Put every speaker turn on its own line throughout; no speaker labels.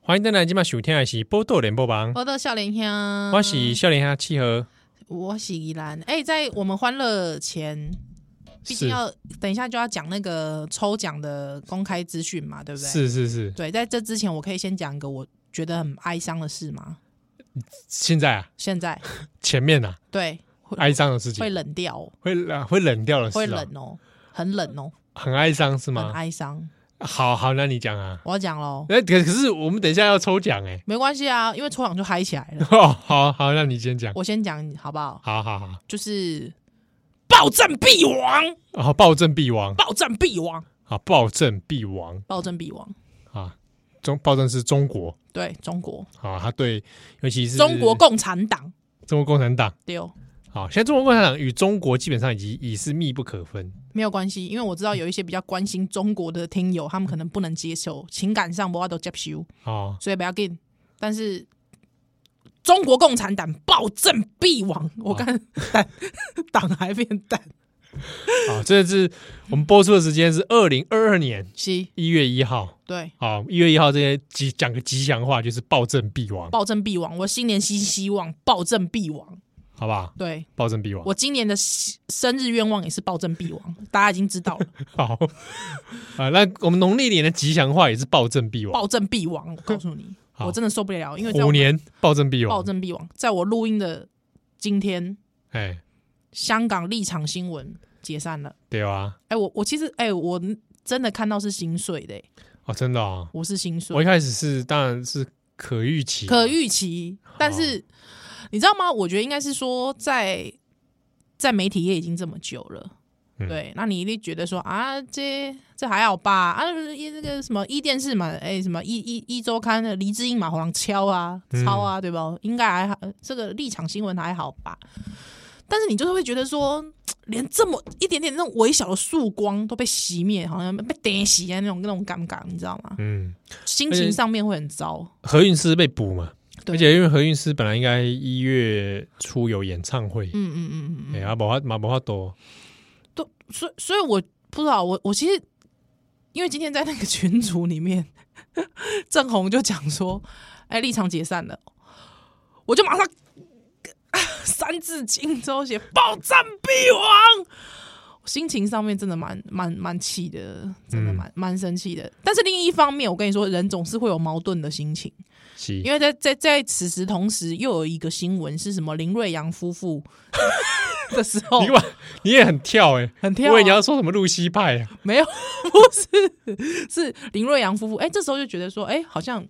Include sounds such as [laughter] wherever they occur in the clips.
欢迎登来今晚收听的是《波多联播 [laughs] 榜》，
我的笑脸香，
我是笑脸下契合，
我是宜兰。哎、在我们欢乐前，毕
是
竟要等一下就要讲那个抽奖的公开资讯嘛，对不对？。
是是是，
对，在这之前，我可以先讲一个我觉得很哀伤的事吗？
现在啊，
现
[laughs]
在
前面啊，
对会
哀伤的事情
会冷掉哦、
会冷会冷掉的事、
会
啊，
冷哦、很冷哦、
很哀伤是
很
吗？
哀伤。
好好，那你讲啊。
我要讲喽，
哎、可可是我们等一下要抽奖哎、 [laughs]
没关系啊，因为抽奖就嗨起来了。
哦，好好，那你先讲。
我先讲好不好？
好好好，
就是暴政必亡，
好，哦暴政必亡
暴政必亡，
啊，暴政必亡
暴政必亡。
啊，中暴政是中国
对中国，
啊，他对，尤其是
中国共产党
中国共产党。
对哦，
好，现在中国共产党与中国基本上已经已是密不可分。
没有关系，因为我知道有一些比较关心中国的听友，他们可能不能接受，情感上不要都接受，
哦，
所以不要紧。但是中国共产党暴政必亡，
[laughs]
我看党党还变淡，
好，啊这是我们播出的时间是二零二二年
是，
一月一号。
对，
好，一月一号这些吉讲个吉祥话，就是暴政必亡，
暴政必亡。我新年新希望，暴政必亡。
好不好？
对
暴政必亡。
我今年的喜生日愿望也是暴政必亡，大家已经知道了，
好啊，那我们农历年的吉祥话也是暴政必亡，
暴政必亡。我告诉你，
好
我真的受不了，因为在
虎
我
年暴政必
暴
亡。
政必亡，在我录音的今天。
哎，
香港立场新闻解散了。
对啊，
哎、我我其实哎、我真的看到是心碎的、哎
哦，真的啊，
我是心
我一
碎，
开始是当然是可预期，
可预期。但是
哦
你知道吗？我觉得应该是说在。在媒体业已经这么久了，
嗯
对，那你一定觉得说啊，这这还好吧？啊，一那个什么一电视嘛，哎、什么一一一周刊的黎智英马黄敲啊、
嗯
抄啊，对吧？应该还好，这个立场新闻还好吧？但是你就是会觉得说，连这么一点点那种微小的曙光都被熄灭，好像被点熄啊那种那种感觉，你知道吗？
嗯，
心
而且
情上面会很糟。
何韵诗被补嘛，
对
而且因为何韵诗本来应该一月初有演唱会，
嗯嗯嗯嗯嗯，
哎，阿宝阿马宝法多，
都所以所以我不知道，我我其实因为今天在那个群组里面， [laughs] 郑红就讲说，哎，立场解散了，我就马上三字经之后写暴战必亡。心情上面真的蛮蛮蛮气的，真的蛮蛮生气的。但是另一方面，我跟你说，人总是会有矛盾的心情。
是
因为在在在此时同时，又有一个新闻是什么林瑞阳夫妇 [laughs] 的时候
你，干嘛？你也很跳哎、
很跳、
因
啊。
为你要说什么露西派啊？ [laughs]
没有， [laughs] 不是，是林瑞阳夫妇。哎、这时候就觉得说，哎、好像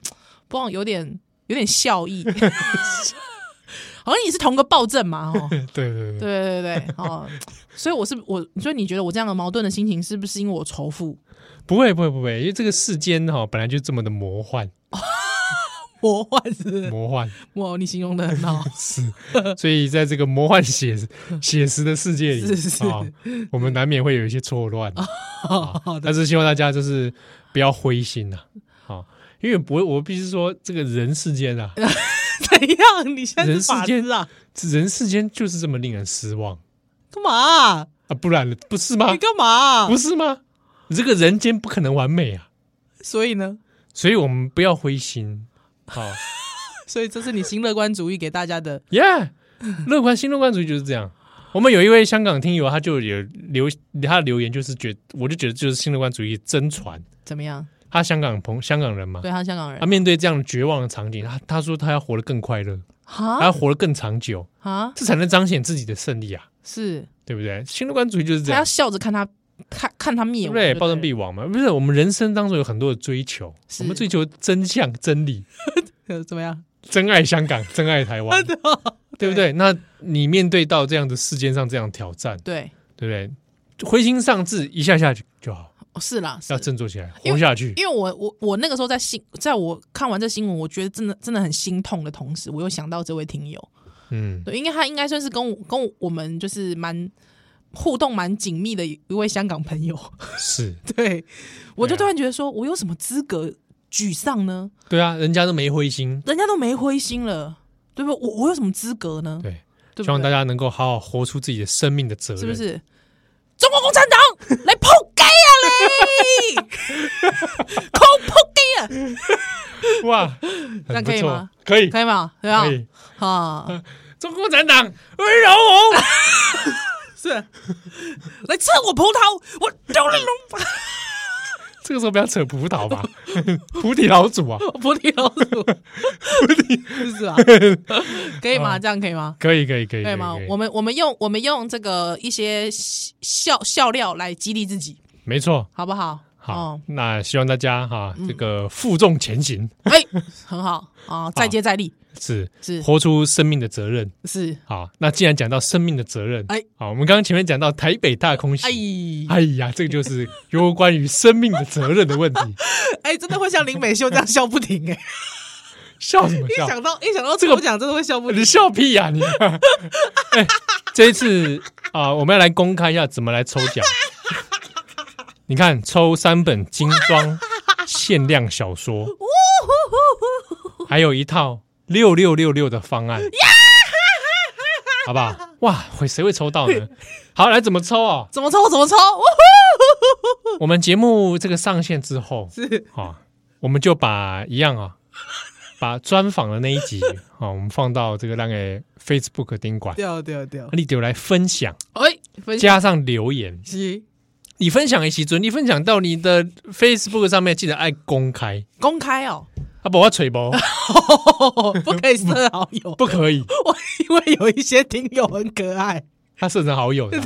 不知道有点有点笑意， [laughs] 好像你是同个暴政嘛，哦，
对对对，
对对对对，哦，所以我是我，所以你觉得我这样的矛盾的心情是不是因为我仇富
不会不会不会，因为这个世间哈、本来就这么的魔
[laughs]
幻
魔幻是不是？
魔幻，
哇，你形容的很好， [laughs]
所以在这个魔幻写写实的世界里
是是
啊、我们难免会有一些错乱，啊
[laughs] 好的，
但是希望大家就是不要灰心呐啊、因为不会，我必须说这个人世间
[laughs]
啊，
怎样？你现在
人
是
世
法
间
师啊？
人世间就是这么令人失望
干嘛啊、
啊，不然呢不是吗
你？干嘛啊、
不是吗？你这个人间不可能完美啊，
所以呢？
所以我们不要灰心，啊好、
所以这是你新乐观主义给大家的
耶、 [laughs] 乐观新乐观主义就是这样。我们有一位香港听友，他就有留他的留言，就是觉我就觉得就是新乐观主义真传。
怎么样？
他香港朋香港人嘛，
对他是香港
他
人
面对这样绝望的场景，他他说他要活得更快乐，他
啊
要活得更长久，
啊，
这才能彰显自己的胜利啊，
是
对不对？新乐观主义就是这
他要
样，
笑着看他看看他灭
对不
亡，
对？
就
暴政必亡嘛，不是我们人生当中有很多的追求，
是
我们追求真相、真理、
呃怎么样？
真爱香港、真爱台
[laughs]
湾，对不对？那你面对到这样的世界上这样的挑战，
对，
对不对？灰心丧志一下下就就好，
哦是啦，是
要振作起来，
因为
活下去。
因为我我我那个时候在新，在我看完这新闻，我觉得真的真的很心痛的同时，我又想到这位听友，
嗯，
对，因为他应该算是跟我跟我我们就是蛮互动蛮紧密的一位香港朋友， [laughs]
是，
对，我
对
就
啊
突然觉得说，我有什么资格沮丧呢？
对啊，人家都没灰心。
人家都没灰心了，对不对？我我有什么资格呢？
对，
对
希望
不
大
对？
家能够好好活出自己的生命的责任，
是不？是？中国共产党 [laughs] 来扑街啊！你，空扑街啊！ [laughs]
哇，很
那
不
可以
错
吗？
可以，
可以吗？对啊
可，以。
啊，
中共共产党温柔我。
是，来吃我葡萄，我丢玲珑，
[laughs] 这个时候不要扯葡萄吧， [laughs] 菩提老祖啊，
菩提老鼠，是不是啊？可以吗？这样可以吗？
可以可以可以
啊可以吗？我
们
们我们用我们用这个一些笑笑料来激励自己，
没错。
好不好？
好，
哦，嗯
那希望大家哈，这个负重前行
哎，很好啊，再接再厉，
是
是
活出生命的责任。
是，
好，那既然讲到生命的责任，
哎
好，我们刚刚前面讲到台北大空袭，
哎
哎呀，这个就是有关于生命的责任的问
[laughs]
题，
哎，真的会像林美秀这样笑不停哎，
笑什么
一
笑？
想到一想到抽奖，真的会笑不停
你。笑屁呀、你！ [laughs] 哎，这一次啊、我们要来公开一下怎么来抽奖。 [laughs] 你看，抽三本精装限量小说，还有一套六六六六的方
[laughs]
案，好不好？哇，会谁会抽到呢？好，来怎么抽啊、
怎么抽？怎么抽？呜
我们节目这个上线之后，
呼 [laughs] 是
啊、我们就把一样啊、把专访的那一集 [laughs] 啊、我们放到这个让给 Facebook 宾馆。
掉掉掉！
你就来分享，
哎，分析
加上留言。你分享的时阵，你分享到你的 Facebook 上面，记得爱公开
公开哦， [laughs]
啊！不，我吹不，
不可以设好友。
[laughs]
[laughs]
不可以，
我因为有一些听友很可爱
他设成好友
[laughs]
的。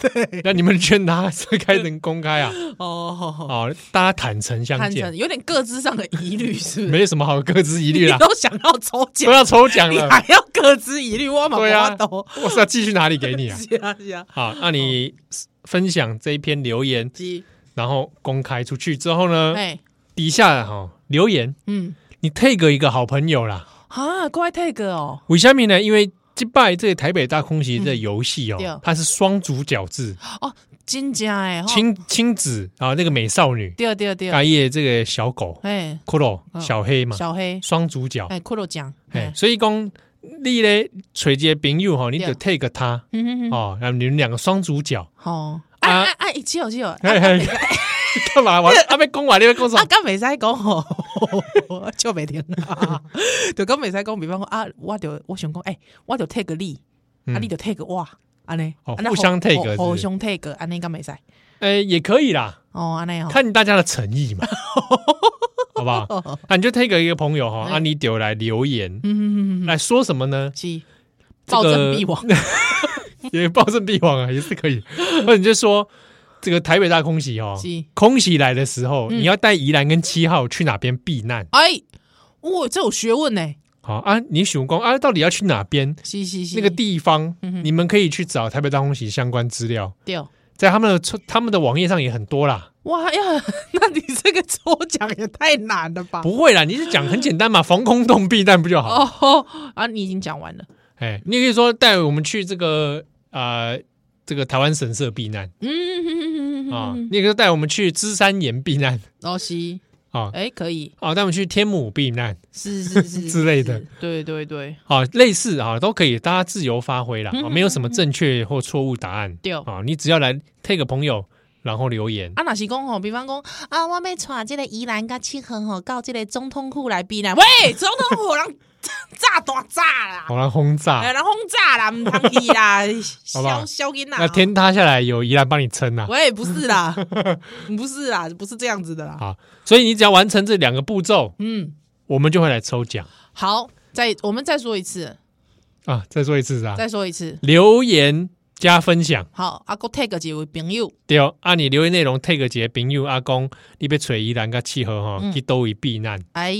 对，那你们劝他是开成公开啊？
哦，
好，大家坦诚相
坦
见
诚，有点各自上的疑虑，是不是？
没有什么好各自疑
你
虑啦，
都想要抽
都
奖，
要抽奖
你
了。
还要各自疑虑，我马
对啊
上抖。，
我是要寄去哪里给你啊？
是啊是啊，
好，那你分享这一篇留言，
是
然后公开出去之后呢，
哎
底下哈留言，
嗯
你 tag 一个好朋友啦。
啊，怪 tag 哦，
为什么呢？因为击败这个台北大空袭这游戏
嗯对
哦，它是双主角制，
真正哎，吼
亲亲子啊，那个美少女
对对对，
啊，也这个小狗
哎
骷髅
嗯
小黑嘛，
小黑
双主角
哎骷髅奖
哎
哎，，
所以讲你嘞垂接朋友哈，你就
对
take 他
嗯哼哼，
哦，然后你们两个双主角，
好
啊
啊啊啊，只有只有。
嘿
[laughs]
嘿干嘛？我阿妹公完，你要公什
啊，
么？
敢袂使讲吼，笑袂停啊！就敢袂使讲，比方讲啊，我就我想讲，诶、我就 take 你，啊，
嗯
你就 take 我，安尼，
哦
安尼
互相 take 是不是
互相 take，安尼敢袂使？
哎，也可以啦，
哦，安尼哦，
看大家的诚意
[laughs]
嘛，好不好？啊，你就 take 一个朋友哈，啊，你丢来留言
嗯，
来说什么
[laughs]
呢？
是
这
暴
个
政必亡，
也暴政必亡啊，也是可
[laughs]
以。或者你就说这个台北大空袭哦
是，
空袭来的时候，
嗯
你要带宜兰跟七号去哪边避难？
哎，哇，这有学问呢，
好啊，你选工啊，到底要去哪边？
是是是，
那个地方，
嗯哼
你们可以去找台北大空袭相关资料，
对，
在他们的出他们的网页上也很多啦。
哇呀，那你这个抽奖也太难了吧？
不会啦，你就讲很简单嘛，防空洞避难不就好？
啊哦啊，你已经讲完了，
哎，你也可以说带我们去这个呃这个台湾神社避难
嗯，
啊，你也可以带我们去芝山岩避难
老西，
啊
哎，可
[laughs]
以，
啊，带我们去天母避难。
是是是
之类的
是对对对，
啊，类似啊，都可以，大家自由发挥啦，
嗯
啊，没有什么正确或错误答案
对
啊，你只要来 take 个朋友，然后留言，
啊，若是讲吼，比方讲啊，我要带即个宜兰甲七恒吼到即个总统府来避
[laughs]
难。喂，总统府人炸弹炸啦，
好啦，轰
哎，
炸，
人轰炸啦，毋通去
[laughs]
啦，
啊好吧
消消音啦
那。天塌下来有宜兰帮你撑啊，
喂，不
[laughs]
是啦，不是啦，不是这样子的啦。
啊，所以你只要完成这两个步骤，
嗯，
我们就会来抽奖
好，再我们再说一次，
啊。再说一次啊，
再说一次。
留言加分享，
好，阿哥 take 几位朋友，
对哦，啊，你留言内容 take 一个朋友阿公，你被锤宜兰跟契合哈，
嗯
去兜一避难
哎，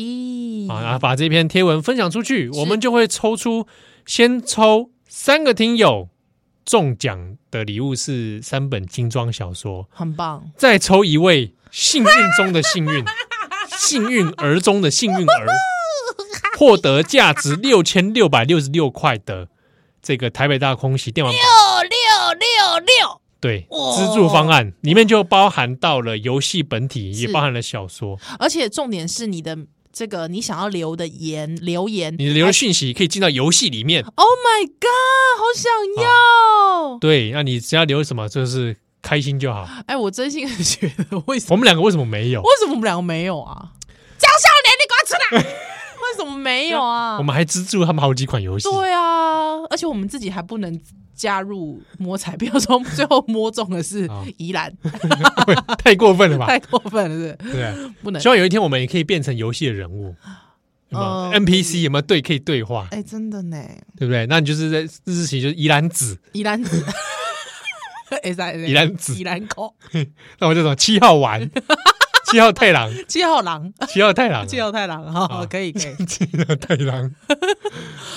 啊，然后把这篇贴文分享出去，我们就会抽出先抽三个听友中奖的礼物是三本精装小说，
很棒，
再抽一位幸运中的幸运，幸运儿中的幸运儿，获得价值六千六百六十六块的这个台北大空袭电玩版。
六六六六，
对，
哦
资助方案里面就包含到了游戏本体，也
是
包含了小说。
而且重点是你的这个你想要留的言留言，
你留的讯息可以进到游戏里面，
Oh my god！好想要。
对，那你只要留什么，就是开心就好。
[laughs] 哎、我真心的觉得，为什么
我们两个为什么没有？
为什么我们两个没有啊？张少年，你给我吃的？ [laughs] 为什么没有啊
我？们还资助他们好几款游戏，
对啊，而且我们自己还不能加入摸彩票中，最后摸中的是
啊
宜兰，
太过分了吧？
啊太过分了是不是
对啊，
不
[laughs]
能
希。望有一天我们也可以变成游戏的人物，有没有
嗯
NPC 有没有对可以对话，
哎、真的呢，
对不对？那你就是在日期就是宜兰子，
宜兰子，哎在
宜兰子
宜兰口，
那我就说七号
[laughs]
丸，七号太郎，
七号狼，
七号太郎啊，
七号太郎哈，
啊。
可以可
[laughs]
以
七号太
[laughs]
郎，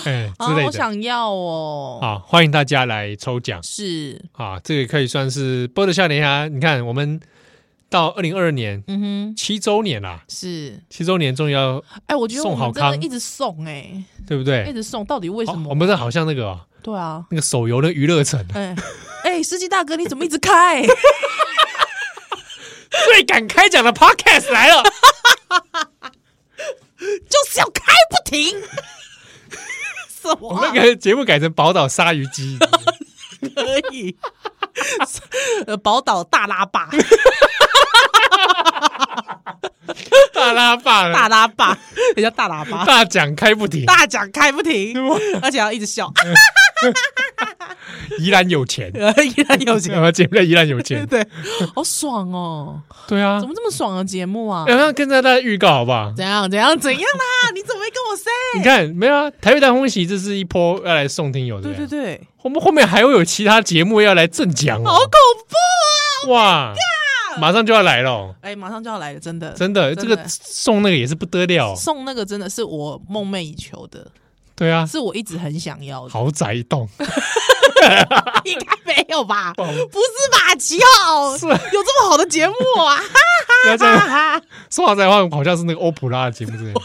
哎之
啊，
类
我
的。
想要哦，
啊，欢迎大家来抽奖
是，
啊！这个可以算是波特笑年侠。你看，我们到二零二二年
嗯哼，
七周年啦，
是。
七周年终于要
哎、我觉得我
送好
们真的
康
一直送哎、
对不
一
对？
直送，到底为什
哦
么？
我们这好像那个哦
对啊，
那个手游的娱乐城，
哎、哎，司机大哥，你怎么一
[laughs]
直开？
最敢开讲的 Podcast 来
[laughs]
了。
就是要开不停。
[laughs]
什么
我
啊、
们那个节目改成宝岛鲨鱼机，
可以？ [laughs] 呃，宝岛大拉
[laughs]
霸，
大拉霸
大
了，
拉霸，人家大喇
[laughs]
叭，
大奖开不停，
大奖开不停，而且要一直笑。 [laughs]
宜兰有钱，
依然有
我
钱，
们节目叫宜兰有
[laughs]
钱，
对，好爽哦！
对啊
怎，么这么爽的节目啊？
然后跟着大家预告好不好？
怎样怎样怎样啦？ [laughs] 你怎么没跟我 say？
你看没有啊？台北大风喜这是一波要来送听友的，
[laughs] 对对对，
我们后面还会有其他节目要来正奖
好
哦，
恐怖啊！
哇，马上就要来了哦，
哎，马上就要来了，真的，
真哦的，这
真
个
的
送那个也是不得了，
送那个真的是我梦寐以求的，
对啊，
是我一直很想要的。
豪宅一栋，
应该没有
[laughs]
吧？
不
不
好
是吧？奇好，
是
有这么好的节目
[laughs]
啊！
不要这样
哈哈，
说豪宅的话，好像是那个欧普拉的节目之类的。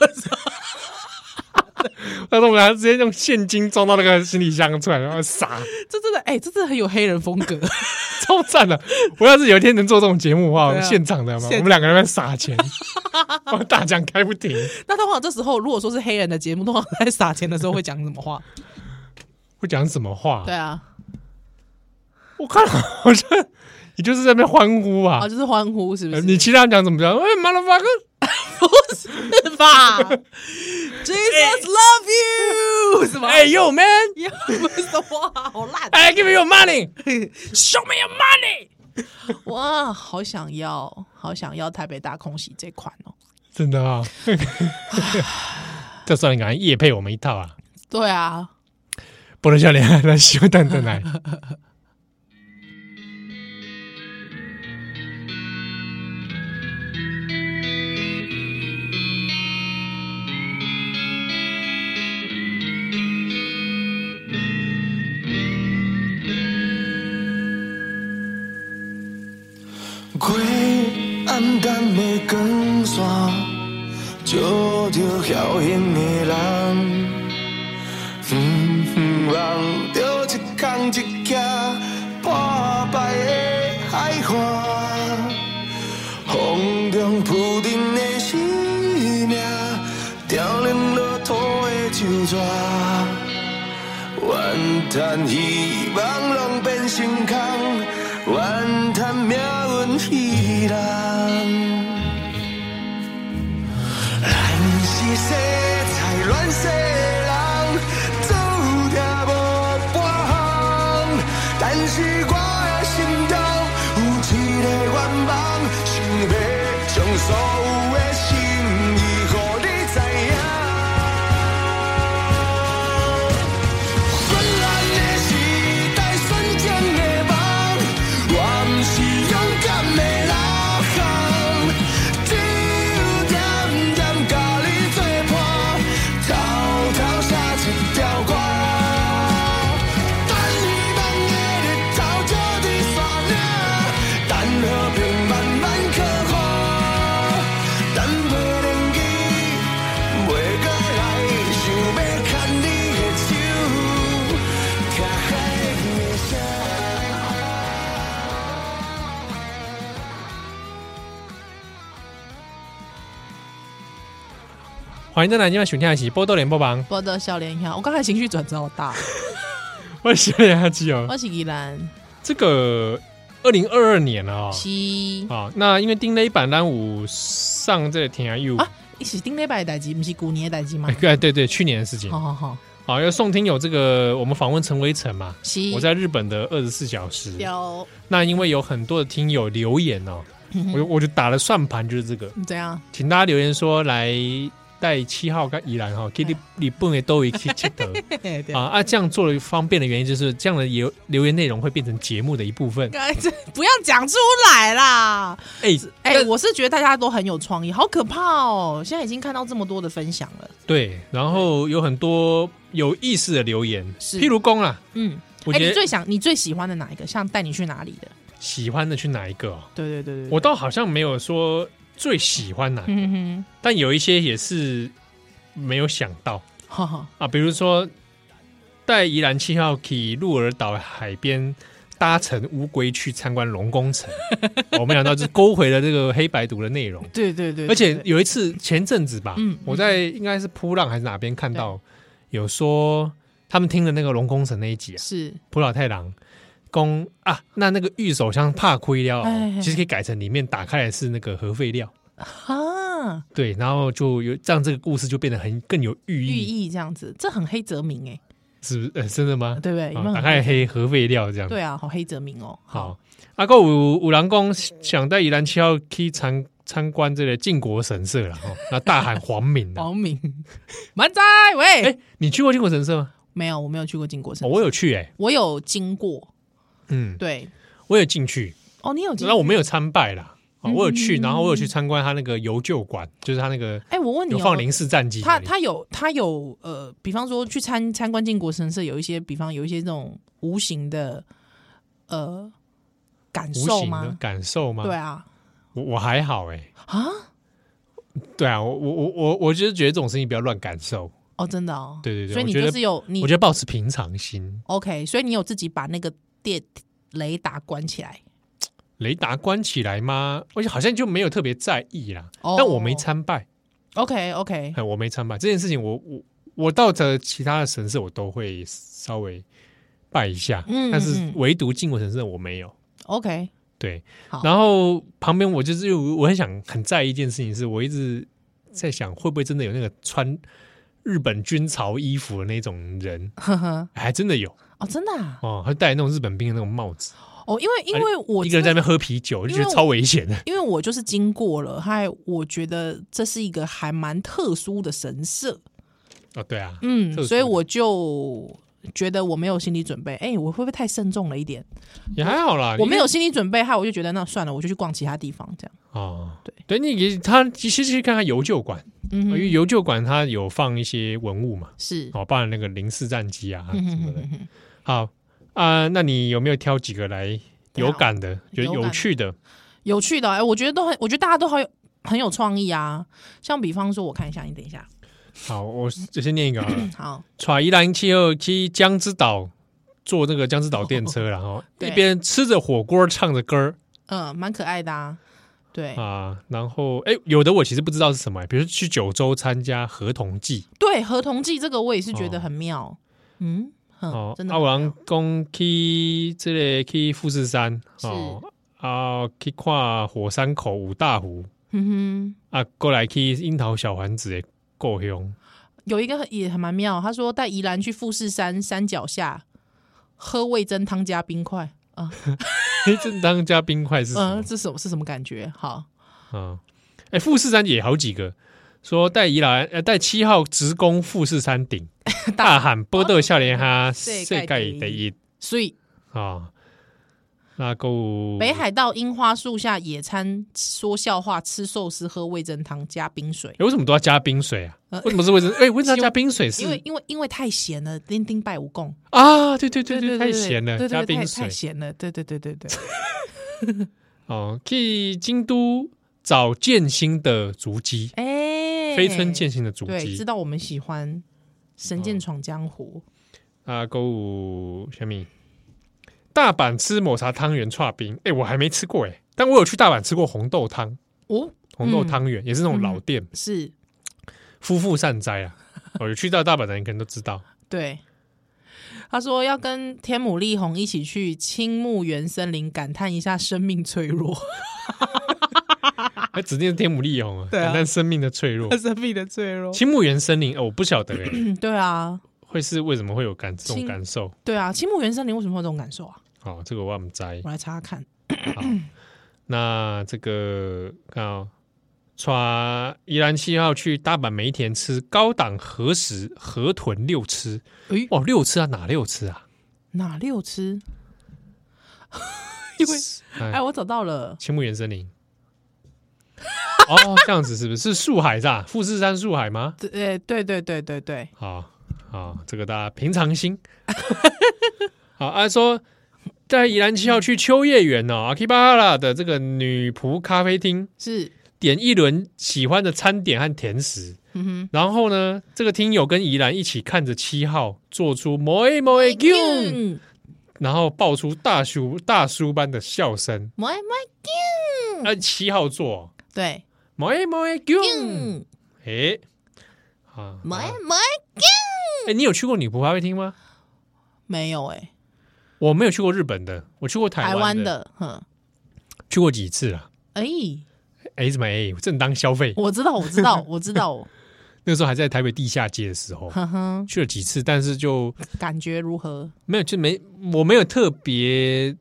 但是我还直接用现金装到那个行李箱出来，然后傻，
[laughs] 这真的，哎、这真的很有黑人风格。 [laughs]
超赞的！我要是有一天能做这种节目的话，我
对啊
们现场的嘛，
现
我们两个人在撒
[laughs]
钱，我大奖开不停。
那通常这时候，如果说是黑人的节目，通常在撒钱的时候会讲什么话？
会讲什么话
对？啊，
我看好像你就是在那边欢呼啊
啊，，就是欢呼，是不
呃
是？
你其他人讲怎么讲？哎妈了发哥，
[laughs]
[laughs]
不是吧？Jesus love you，是吗？
哎，you man，I
呀，为什么啊？好烂！
give you [laughs] money，show me your money。
哇，好想要，好想要台北大空袭这款哦。
真的啊， [laughs] 这算了，赶快夜配我们一套啊！
对啊，
波多笑脸来修蛋蛋来。
归暗淡的光线，照着晓影的人，远远望着一空一徛破败的海岸，风中浮沉的生命，凋零落土的树枝。怨叹希望拢变成空，怨叹命运戏人。咱是世菜乱世人，做定无半项，但是我的心中有一个愿望，想要将所有的心意，予你知影。昏暗的时代，纯真的梦，我不是勇敢的老汉，只有点点甲你作伴，偷偷写一条歌。等希望的日头照在山岭，等和平慢慢刻画，等袂冷记。袂再来，想要牵你的手，听海的声。
欢迎再来，今晚选听的是波多连播榜，
不得笑脸一下，我刚才情绪转折好大。哦
我是小脸阿基哦。
我是宜兰
这个二零二二年了啊、
七
哦，啊，那因为丁磊版单五上这个天涯 U
啊，一起顶礼拜的代志，不是古年的代志吗
哎？对对对，去年的事情
好。好好，
好，有宋听友这个，我们访问陈威成嘛，
是
我在日本的二十四小时。
有
那因为有很多的听友留言哦，
嗯
我就我就打了算盘，就是这个，
你怎样？
请大家留言说来带七号跟宜兰哈，给你你不能都一起切的
嘿嘿嗯 [laughs] 对，
啊啊！这样做的方便的原因就是这样的留留言内容会变成节目的一部分。
该这不要讲出来啦！
哎、
哎、
但
我是觉得大家都很有创意，好可怕哦！现在已经看到这么多的分享了，
对，然后有很多有意思的留言，
嗯是
譬如公啦，
嗯，
我
哎、
觉
你
得
最想你最喜欢的哪一个？像带你去哪里的？
喜欢的去哪一个哦、
对对对对，
我倒好像没有说最喜欢哪、
嗯哼
但有一些也是没有想到
哼， [laughs] 哈哈，
啊，比如说带宜兰七号去鹿儿岛海边搭乘乌龟去参观龙宫
[laughs]
城，哦我没想到就勾回了这个黑白读的内容。
对对对，
而且
对
有一次前阵子吧，
嗯
我在应该是扑浪还是哪边看到有说他们听的那个龙宫城那一集啊，
是
浦老太郎公啊，那那个玉手箱怕亏料
哎哎哎，
其实可以改成里面打开来是那个核废料，
啊，
对，然后就有让这个故事就变得很更有寓
寓
意，
意这样子，这很黑泽明哎、
是不是？呃，真的吗？
对不对？有没有
啊打
很
开黑核废料这样，
对啊，好黑泽明哦，
好。阿够五五郎公想带宜兰七号去参参观这个靖国神社了哈，哦那大喊皇民
[laughs]
的。
王明，满仔喂、
哎，你去过靖国神社吗？
没有，我没有去过靖国神
哦
社，
我有去哎、
我有经过，
嗯，
对，
我有进去，
哦，你有经
那我没有参拜啦。
嗯
啊，我有去，然后我有去参观他那个游旧馆，就是他那个
哎、我问你、
有
哦，
放零式战机那
他
里，
他有他有呃，比方说去参参观靖国神社，有一些比方有一些这种无形的呃感
无形
受
的
吗？
感受吗？
对，啊
我我还好哎、
啊
对啊，我我我我我就是觉得这种事情不要乱感受，
哦，真的哦，
对对对
所以
我
你
觉得
就是有你
我觉得保持平常心，
OK，所以你有自己把那个电雷达关起来，
雷达关起来吗？而且好像就没有特别在意啦，
哦
但我没参拜，
OK OK，
哎，我没参拜这件事情我，我我到的其他的神社我都会稍微拜一下，
嗯
但
嗯
是
嗯
唯独靖国神社我没有。
OK，
对
好，
然后旁边我就是我很想很在意一件事情，是我一直在想会不会真的有那个穿日本军曹衣服的那种人，
呵呵，
还真的有
[laughs] 哦，真的、啊、
哦，他戴那种日本兵的那种帽子，
哦，因为因为我
啊一个人在
真
那边
的
喝啤酒，我就觉
因
得
为我
超危险的。
因为我就是经过了，还我觉得这是一个还蛮特殊的神社，
哦，对啊，
嗯
特殊，的
所以我就觉得我没有心理准备，哎、我会不会太慎重了一点？
也还好啦，
我没
有
有心理准备，害我就觉得那算了，我就去逛其他地方这样。
哦，
对
对，你也他其实去看看游旧馆，
嗯
因
哼，
为游旧馆它有放一些文物嘛，
是，
哦，包含那个零式战机啊
嗯
什
哼
么
哼
的
哼。哼
好啊，那你有没有挑几个来有感的、觉
有
得
感
有趣的？
有趣的，哎、我觉得都很，我觉得大家都好有很有创意啊。像比方说，我看一下，你等一下，。
好，我就先念一个好了
好，
揣宜兰七二七江之岛坐那个江之岛电车然后
哦对
一边吃着火锅唱着歌儿
嗯、蛮可爱的啊，对、
啊，然后哎，有的我其实不知道是什么，比如说去九州参加合同祭
对，合同记这个我也是觉得很妙，嗯，哼
哦，
真的
阿王公去这里去富士山哦，啊去看火山口五大湖
嗯
啊，过来去樱桃小丸子的故乡。 [laughs]
哼，有一个很也还蛮妙，他说带宜兰去富士山山脚下喝味噌汤加冰块啊，
正当加冰块是什
嗯、
么？
这什么是什么感觉？好，
啊，哎，富士山也好几个，说带宜兰呃带七号直攻富士山
[laughs]
顶，大喊波豆笑脸哈，
哦世
世界
界第一
第一
所以
啊！那购物
北海道樱花树下野餐，说笑话，吃寿司，喝味噌汤加冰水
诶，为什么都要加冰水啊
呃？
为什么是味噌？哎，为什么要加冰水
因为
是
因为因为太咸了，丁丁拜蜈蚣，
啊？对对对对，
对
太咸了，
对
加
对对，太
冰
太
水
咸了，对对对对
[laughs]
对，
哦。去京都找剑心的足迹，
哎，
飞村剑心的足
对，知
迹
道我们喜欢《神剑闯江湖》
啊。购物小米，大阪吃抹茶汤圆串冰，哎，我还没吃过哎，但我有去大阪吃过红豆汤。
哦，
红豆汤圆、也是那种
嗯
老店，
是
夫妇善哉啊。哦，有去到大阪的人可能都知
[laughs]
道。
对。他说要跟天母丽红一起去青木原森林，感叹一下生命脆弱。
那哎指定是天母丽红啊，
对啊
感叹生命的脆弱。
[laughs] 生命的脆弱。
青木原森林，哦，我不晓得哎、
[clears throat] 嗯，对啊，
会是为什么会有感这种
青
感受？
对啊，青木原森林为什么会有这种感受啊？
好，这个我们摘。
我来查查看。
好，那这个看哦，穿宜兰七号去大阪梅田吃高档和食河豚六吃，
诶，
哦，六吃啊，哪六吃啊？
哪六吃？因为哎，
哎，
我找到了，
青木原森林。哦，这样子是不是是树海是吧？富士山树海吗？
对，诶对对对对对，
好好，这个大家平常心。 [laughs] 好，按、啊、说在宜兰七号去秋叶原哦，阿基巴哈拉的这个女仆咖啡厅，
是，
点一轮喜欢的餐点和甜食。
嗯
然后呢，这个听友跟宜兰一起看着七号做出摩诶摩诶 Q，
哼，嗯，
然后爆出大叔大叔般的笑声。
摩耶摩耶，嗯
那
呃
七号做
对，
摩诶摩诶 Q，
嗯，
诶，啊，
摩耶
啊
摩耶，
诶，你有去过女仆咖啡厅吗？
没有哎，
我没有去过日本的，我去过台
台
湾
湾
的，
的，哼，
去过几次啊？
哎，
哎，怎么哎，正当消费，
我知道，我知 [laughs] 道，我知道，
那时候还在台北地下街的时候
哼哼，
去了几次，但是就
感觉如何？
没有，就没我没有特别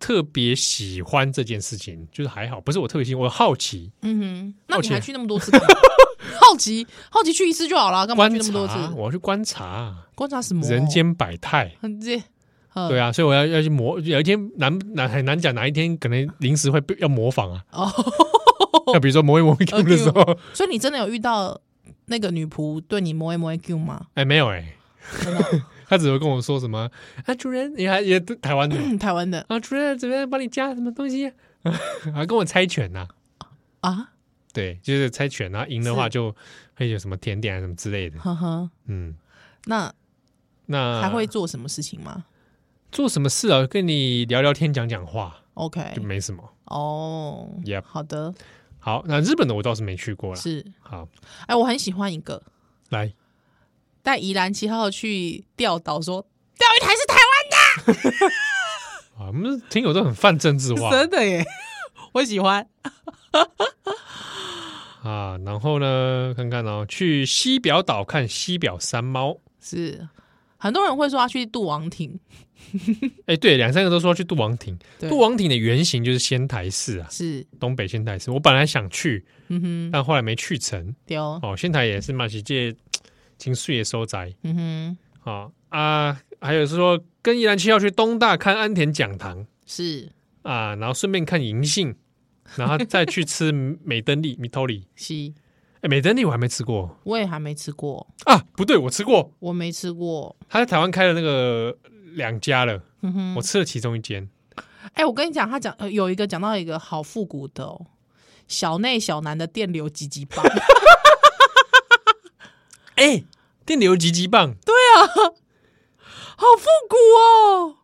特别喜欢这件事情，就是还好，不是我特别喜欢，我好奇
嗯哼，那
好
你
奇
还去那么多次干嘛？好奇，好奇去一次就好了，干嘛
观
去那么多
察，
次？哦
我要去观察
观察什么？
人间百态。
[laughs] 很直接，呃
对啊，所以我要要去模，有一天难难很难讲，哪一天可能临时会被要模仿啊。
哦，
[laughs]
[laughs]
那比如说模一模一 Q 的时候，
所以你真的有遇到那个女仆对你摸一摸 Q 吗？
哎，没有哎， [laughs] 他只会跟我说什么啊，主人，你还也台湾的
嗯，台湾的
啊，主人怎么样帮你加什么东西啊， [laughs] 还跟我猜拳呐、
啊，
对，就是猜拳，然后赢的话
是
就会有什么甜点啊什么之类的。
呵呵，
嗯，
那
那
还会做什么事情吗
做什么事啊？跟你聊聊天、讲讲话就
？OK，
没什么。
哦
Yep
好的，
好，那日本的我倒是没去过了。
是，
好，
哎，我很喜欢一个
来，
带宜兰七号去钓岛说。钓鱼台是台
啊，
湾
我们听友都很泛政治化
真的耶， [laughs] 我喜欢。
啊。然后呢，看看哦，去西表岛看西表山猫。
是很多人会说要去杜王亭，
哎，对，两三个都说去杜王亭。
对
杜王亭的原型就是仙台市啊，
是，
东北仙台市。我本来想去，
嗯哼，
但后来没去成。
对哦，
哦，仙台也是嘛，是这金水的所在。
嗯哼，
啊啊，还有是说跟宜兰七号去东大看安田讲堂
是
啊，然后顺便看银杏，然后再去吃美登利米托利。
是，
[laughs] 哎，美登利我还没吃过
我也还没吃过，
啊，不对，我吃过，
我没吃过，
他在台湾开了那个两家了，
嗯哼。
我吃了其中一间。
哎、我跟你讲，他讲呃有一个讲到一个好复古的哦，小内小南的电流吉吉
[laughs]
棒，
哎，电流吉吉棒，对
好复古哦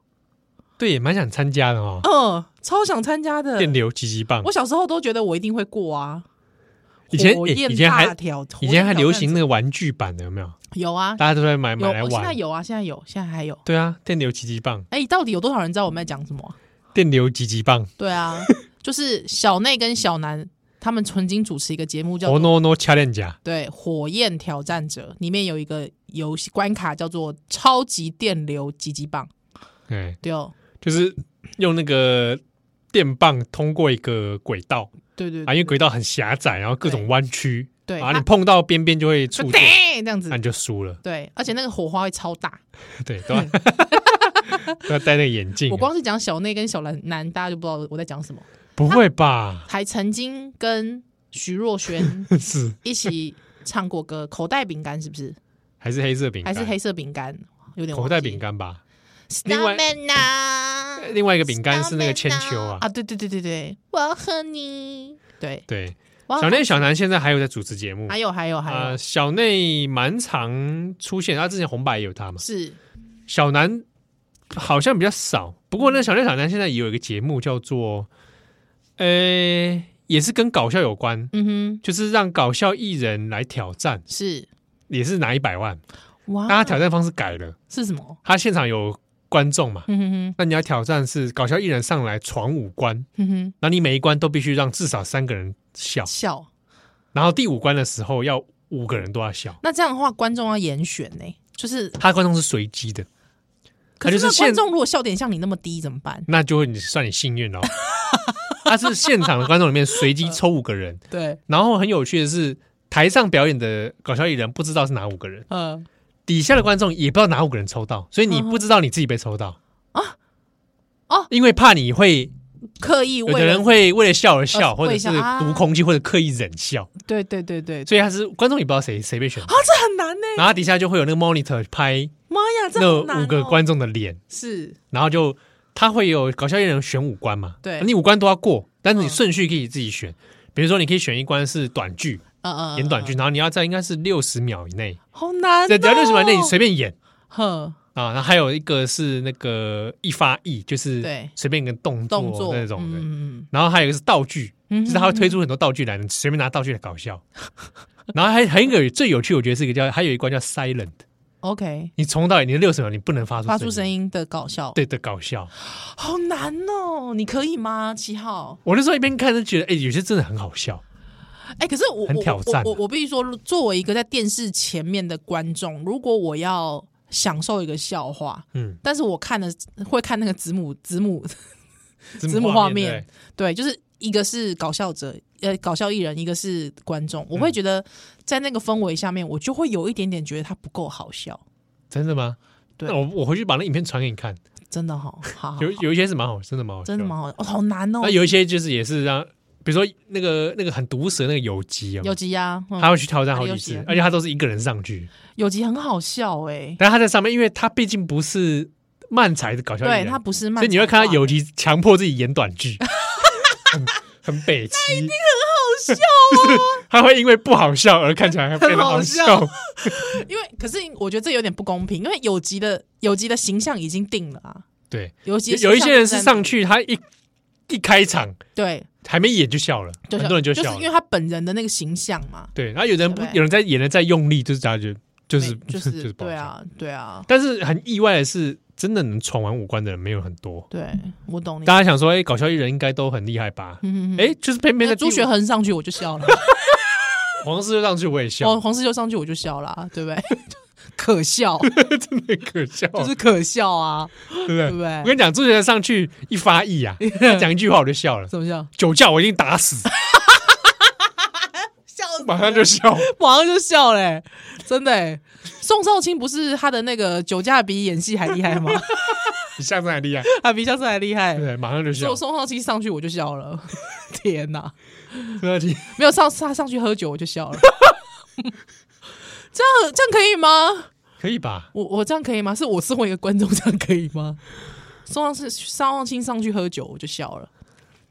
对，也蛮想参加的哦。
哦，嗯，超想参加的。
电流吉吉棒
我，小时候都觉得我一定会过啊，
以前
火
以
焰
以前还
大条，
以前还
火焰挑战
流行
者
那个玩具版的，有没有？
有啊，
大家都在买
有
买来
我现在
玩。
有啊，现在有，现在还有。
对啊，电流吉吉棒，
哎、到底有多少人知道我们在讲什么啊？
电流吉吉棒
对啊，
[laughs]
就是小内跟小南他们曾经主持一个节目叫
，Oh
做
no no challenge 啊！
对《火焰挑战者》，里面有一个游戏关卡叫做超级电流吉吉棒，
哎，
对哦。
就是用那个电棒通过一个轨道
对对
啊，因为轨道很狭窄，然后各种弯曲，
嗯对嗯
啊，
啊
你碰到边边就会触
就 [laughs]
电，哎
叮这样子
那，你就输了，
对，而且那个火花会超大。
对，都要 [laughs] 都要戴那个眼镜啊
我，光是讲小内跟小南南，大家就不知道我在讲什么。
不会吧？ [laughs]
还曾经跟徐若瑄
是
一起唱过歌，《口袋饼干》是不是？
还是黑色饼
还
干？
是黑色饼干？有点
口袋饼干吧？另外
忘记。Starman 啊
呃另外一个饼干是那个千秋啊
啊，。对对对对对，我和你。对，
对，
我
小内小南现在还有在主持节目
哦还有还有还
啊、
有
小内蛮常出现，他、之前红白也有他嘛。
是
小南好像比较少，不过呢，小南小南现在也有一个节目叫做，呃、也是跟搞笑有关，
嗯哼
就是让搞笑艺人来挑战，
是
也是拿一百万。
哇啊
但他挑战方式改了，
是什么？
他现场有观众嘛，
嗯哼哼，
那你要挑战是搞笑艺人上来闯五关，
哼哼，
那你每一关都必须让至少三个人笑，
笑。
然后第五关的时候要五个人都要笑。
那这样的话，观众要严选呢、就是
他的观众是随机的，
可是
啊就是
那观
现
众如果笑点像你那么低怎么办？
那就会你算你幸运哦。他是现场的观众里面随机抽五个人，
对，
然后很有趣的是，台上表演的搞笑艺人不知道是哪五个人，
嗯、
底下的观众也不知道哪五个人抽到，所以你不知道你自己被抽到
啊哦，
因为怕你会
刻意为
有的
了
人会为了笑而笑，
呃
或者
为
是
笑啊
读空气，或者刻意忍笑，
对对对对，
所以他是观众也不知道谁谁被选
啊，，这很难呢、
然后底下就会有那个 monitor 拍
妈呀，这
那
好难、哦
五个观众的脸，
是
然后就他会有搞笑艺人选五关嘛，
对嗯
你五关都要过，但是你顺序可以自己选。比如说，你可以选一关是短剧，
嗯嗯，
演短
嗯
剧，然后你要在应该是六十秒以内，
好难、哦，
在只要六十秒以内你随便演
哼，
啊。然后还有一个是那个一发一，就是
对
随便一个动作
动作
那种的。
嗯嗯
然后还有一个是道具，
嗯
就是他会推出很多道具来，你随便拿道具来搞
[laughs]
笑。然后还还有一个最有趣，我觉得是一个叫还有一关叫 silent，
，OK，
你从头到尾你六十秒你不能发出
发出声
音，
音的搞笑，，
对的搞笑。
好难哦，你可以吗，七号？
我那时候一边看就觉得，哎、有些真的很好笑。
哎、可是我
很挑战啊
我我我我必须说，作为一个在电视前面的观众，如果我要享受一个笑话，
嗯，
但是我看的会看那个子母子母 [laughs]
字
子母画面
对，
对，就是一个是搞笑者，呃，搞笑艺人，一个是观众，我会觉得在那个氛围下面，我就会有一点点觉得它不够好笑，
真的吗？
对
那我我回去把那影片传给你看，
真的哈、好好好
有有一些是蛮好，真的蛮好笑，
真的蛮好，哦，好难哦
那，有一些就是也是让，比如说那个那个很毒舌那个有吉啊，
有吉呀、嗯
他会去挑战好几
有嗯
次
吉，
而且他都是一个人上去，
有吉很好笑哎、
但他在上面，因为他毕竟不是漫才的搞笑艺
对
人
他，不是慢，
所以你会看到有吉强迫自己演短
[laughs]
剧，很很北齐，一定很好笑 [laughs] 啊！他会因为不好笑而看起来变得好
很好，因为可是我觉得这有点不公平，因为有吉的有吉的形象已经定了啊，
对，
有吉
有
的
有一
形
些
象
人
在
是
那
上去，他一一开场
对，
还没演就笑了，
就
很
是
多人就是笑
因为
了。
他本人的那个形象嘛，
对，然后有人不
对不对
有人在演的再用力，就是大家就就是
没就
[laughs] 就是
是
不好
对
笑。
啊对啊
但是很意外的是，真的能闯完五关的人没有很多。
对，我懂你。
大家想说，哎、搞笑艺人应该都很厉害吧？
嗯嗯嗯
哎、就是偏偏在
那
第五
朱学恒上去我就笑了，
黄世就上去我也 [laughs] 笑
黄，黄世修上去我就笑了，啊对 [laughs] 不对？可笑，
[laughs] 真的可笑，
就是可笑
[laughs]
啊！
对不对？
对不对
我跟你讲，朱学恒上去一发一
[laughs]
啊，他讲一句话我就笑了，
怎么笑？ [laughs]
酒驾我一定打死，
笑死
马上就笑。
马上就笑嘞、真的、欸。宋少卿不是他的那个酒驾比演戏还厉害吗？ [laughs]
比相声还厉害，
他比相声还厉害
对不。对，马上就
所以
笑
我。宋少卿上去我就笑了， [laughs] 天哪！
对不对
没有上他上去喝酒我就笑了， [laughs] 这样这样可以吗？
可以吧？
我我这样可以吗？是我身为一个观众这样可以吗？宋尚是宋尚卿上去喝酒我就笑了，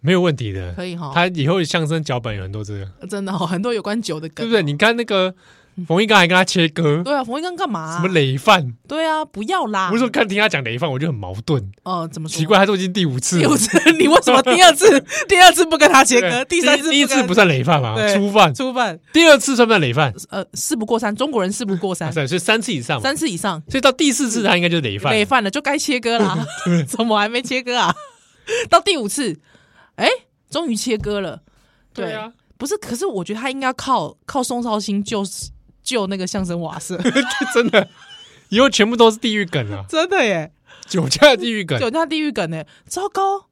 没有问题的，
可以哈
他以后相声脚本有很多这个，
真的、哦、很多有关酒的
对
梗，
不对？你看那个冯一刚还跟他切割，
对啊，冯一刚干嘛、
什么累犯，
对啊，不要啦！
我是说看听他讲累犯，我就很矛盾。
哦、怎么说
奇？怪，他都已经第五次了，
第五次，你为什么第二
[laughs]
次第二次不跟他切
对
割，第三次
第一
跟
次
他
不算累犯嘛，
对
初犯，
初犯？
第二次算不算累犯？
呃，事不过三，中国人事不过三，
算，所以三次以上嘛，
三次嗯以上
所以到第四次他应该就是累犯，
累犯了就该切割 [laughs] 啦。怎么还没切割啊？ [laughs] 到第五次，哎、终于切割了。
对啊，
不是，可是我觉得他应该靠靠宋少卿救救那个相声瓦舍，
[laughs] 真的，以后全部都是地狱梗啊，
[laughs] 真的耶，
酒驾地狱梗，，
酒驾地狱梗呢，糟糕，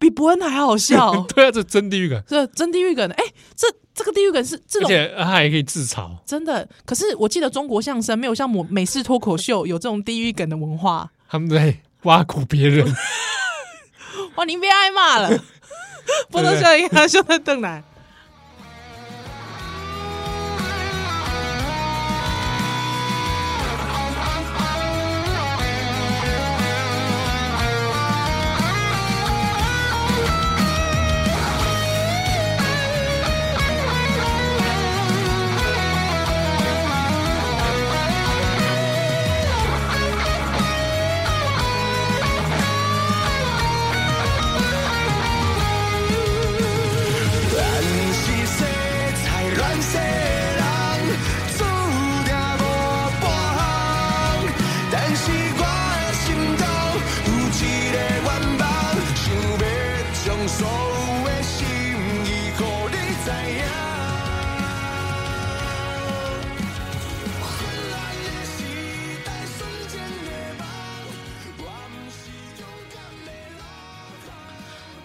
比伯恩还好
[laughs]
笑 [laughs]
对啊，这真地狱梗，
这真地狱梗呢，哎、这这个地狱梗是这
而
种。
且他还可以自嘲，
真的，可是我记得中国相声没有像美美式脱口秀有这种地狱梗的文化。
他们在挖苦别
[laughs]
人，
哇，您被挨骂 [laughs] 了，波多笑一 [laughs] 下，笑在邓来。
咱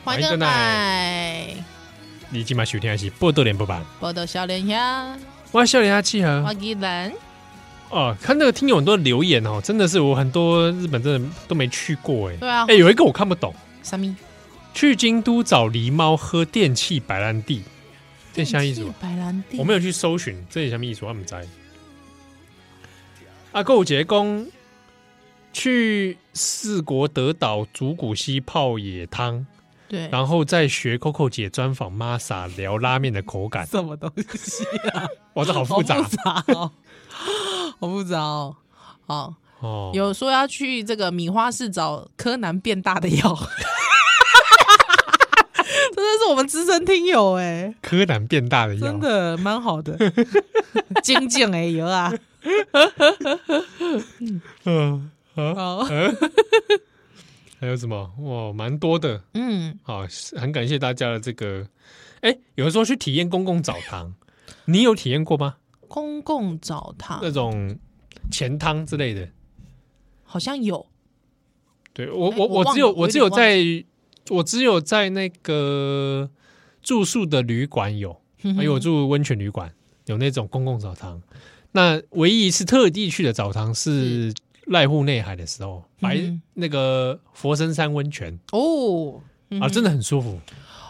欢迎来，
你今晚收听的是《波多连播版》，
报道小莲呀，
哇，笑脸他契合
我依然
啊哦。看那个听友很多留言哦，真的是我很多日本真的都没去过哎。
对啊
哎，有一个我看不懂，
啥咪？
去京都找狸猫喝电器白兰地，这像意思吗？
白兰地，
我没有去搜寻这是什么意思，我们在。啊，购物节公去四国德岛竹谷溪泡野汤，
对
然后再学 Coco 姐专访 Masa 聊拉面的口感。
什么东西啊？
[laughs] 哇，这好
好
复杂啊
复杂哦， [laughs] 好复杂哦。好，
哦！
有说要去这个米花市找柯南变大的药，
[laughs]
真的是我们资深听友哎、
柯南变大的药
真，的蛮
[laughs]
好的，精进哎有啊，
嗯、啊，
哦，
还有什么？哇，蛮多的。
嗯，
好，是很感谢大家的这个。哎，有人说去体验公共澡堂，你有体验过吗？
公共澡堂
那种钱汤之类的？
好像有，
对我
哎
我
我
我
忘
只有
了
我
有
只有
点
在我只有在那个住宿的旅馆有，
嗯
因为我住温泉旅馆有那种公共澡堂。那唯一一次特地去的澡堂是濑户内海的时候，白、
嗯
那个佛生山温泉
哦，
啊，真的很舒服。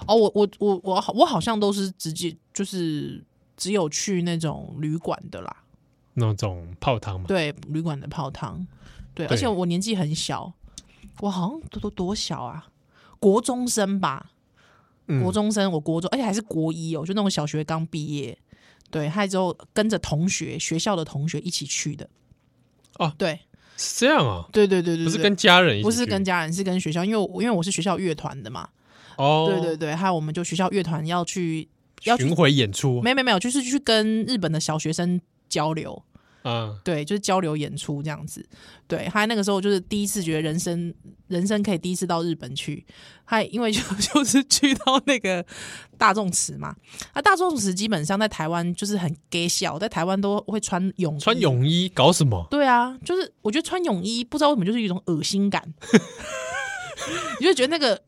哦，我我我我好我好像都是直接就是只有去那种旅馆的啦，
那种泡汤嘛，
对，旅馆的泡汤，对，
对
而且我年纪很小，我好像多多多小啊，国中生吧，
嗯
国中生，我国中，而且还是国一哦，就那种小学刚毕业，对，还之后跟着同学学校的同学一起去的，
哦
对，
是这样啊，
对对对对对，
不是跟家人一起去，
不是跟家人，是跟学校，因为我因为我是学校乐团的嘛，
哦，
对对对，还有我们就学校乐团要去要去
巡回演出
没有没有没有，就是去跟日本的小学生交流，
啊，
对，就是交流演出这样子。对，他那个时候就是第一次觉得人生人生可以第一次到日本去，还因为就 [laughs] 就是去到那个大众池嘛，那大众池基本上在台湾就是很 gay 笑，在台湾都会穿泳衣
穿。泳衣搞什么？
对啊，就是我觉得穿泳衣不知道为什么就是有一种恶心感， [laughs] 你就觉得那个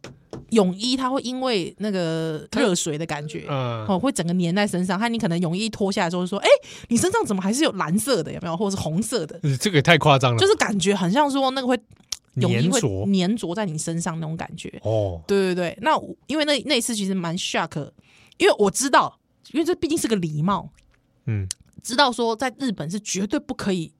泳衣它会因为那个热水的感觉，
嗯、
哦，会整个粘在身上。和你可能泳衣脱下来之后就说：“哎、你身上怎么还是有蓝色的？有没有？或者是红色的？
这个也太夸张了，
就是感觉很像说那个会泳衣
粘
会
着
粘着在你身上那种感觉。
哦，
对对对，那我因为那那一次其实蛮 shock，因为我知道，因为这毕竟是个礼貌，
嗯，
知道说在日本是绝对不可以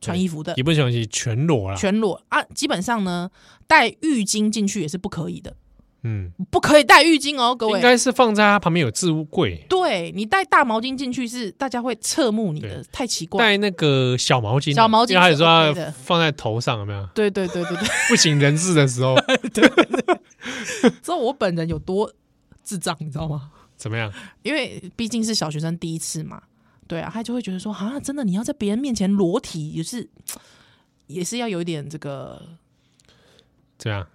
穿衣服的
也，不想起全裸啦，
全裸啊，基本上呢带浴巾进去也是不可以的，
嗯，
不可以带浴巾哦，各
应
位。
该是放在他旁边有置物柜，
对你带大毛巾进去是大家会侧目你的
对，
太奇怪了。
带那个小毛巾啊，
小毛巾
因为他有时候
是 OK
要
的
放在头上，有没有？
对对对
[laughs]
对对，
不省人事的
[laughs]
时候
知道我本人有多智障，你知道吗？
怎么样？
因为毕竟是小学生第一次嘛，对啊，他就会觉得说啊，真的你要在别人面前裸体，也是也是要有一点这个
怎么样？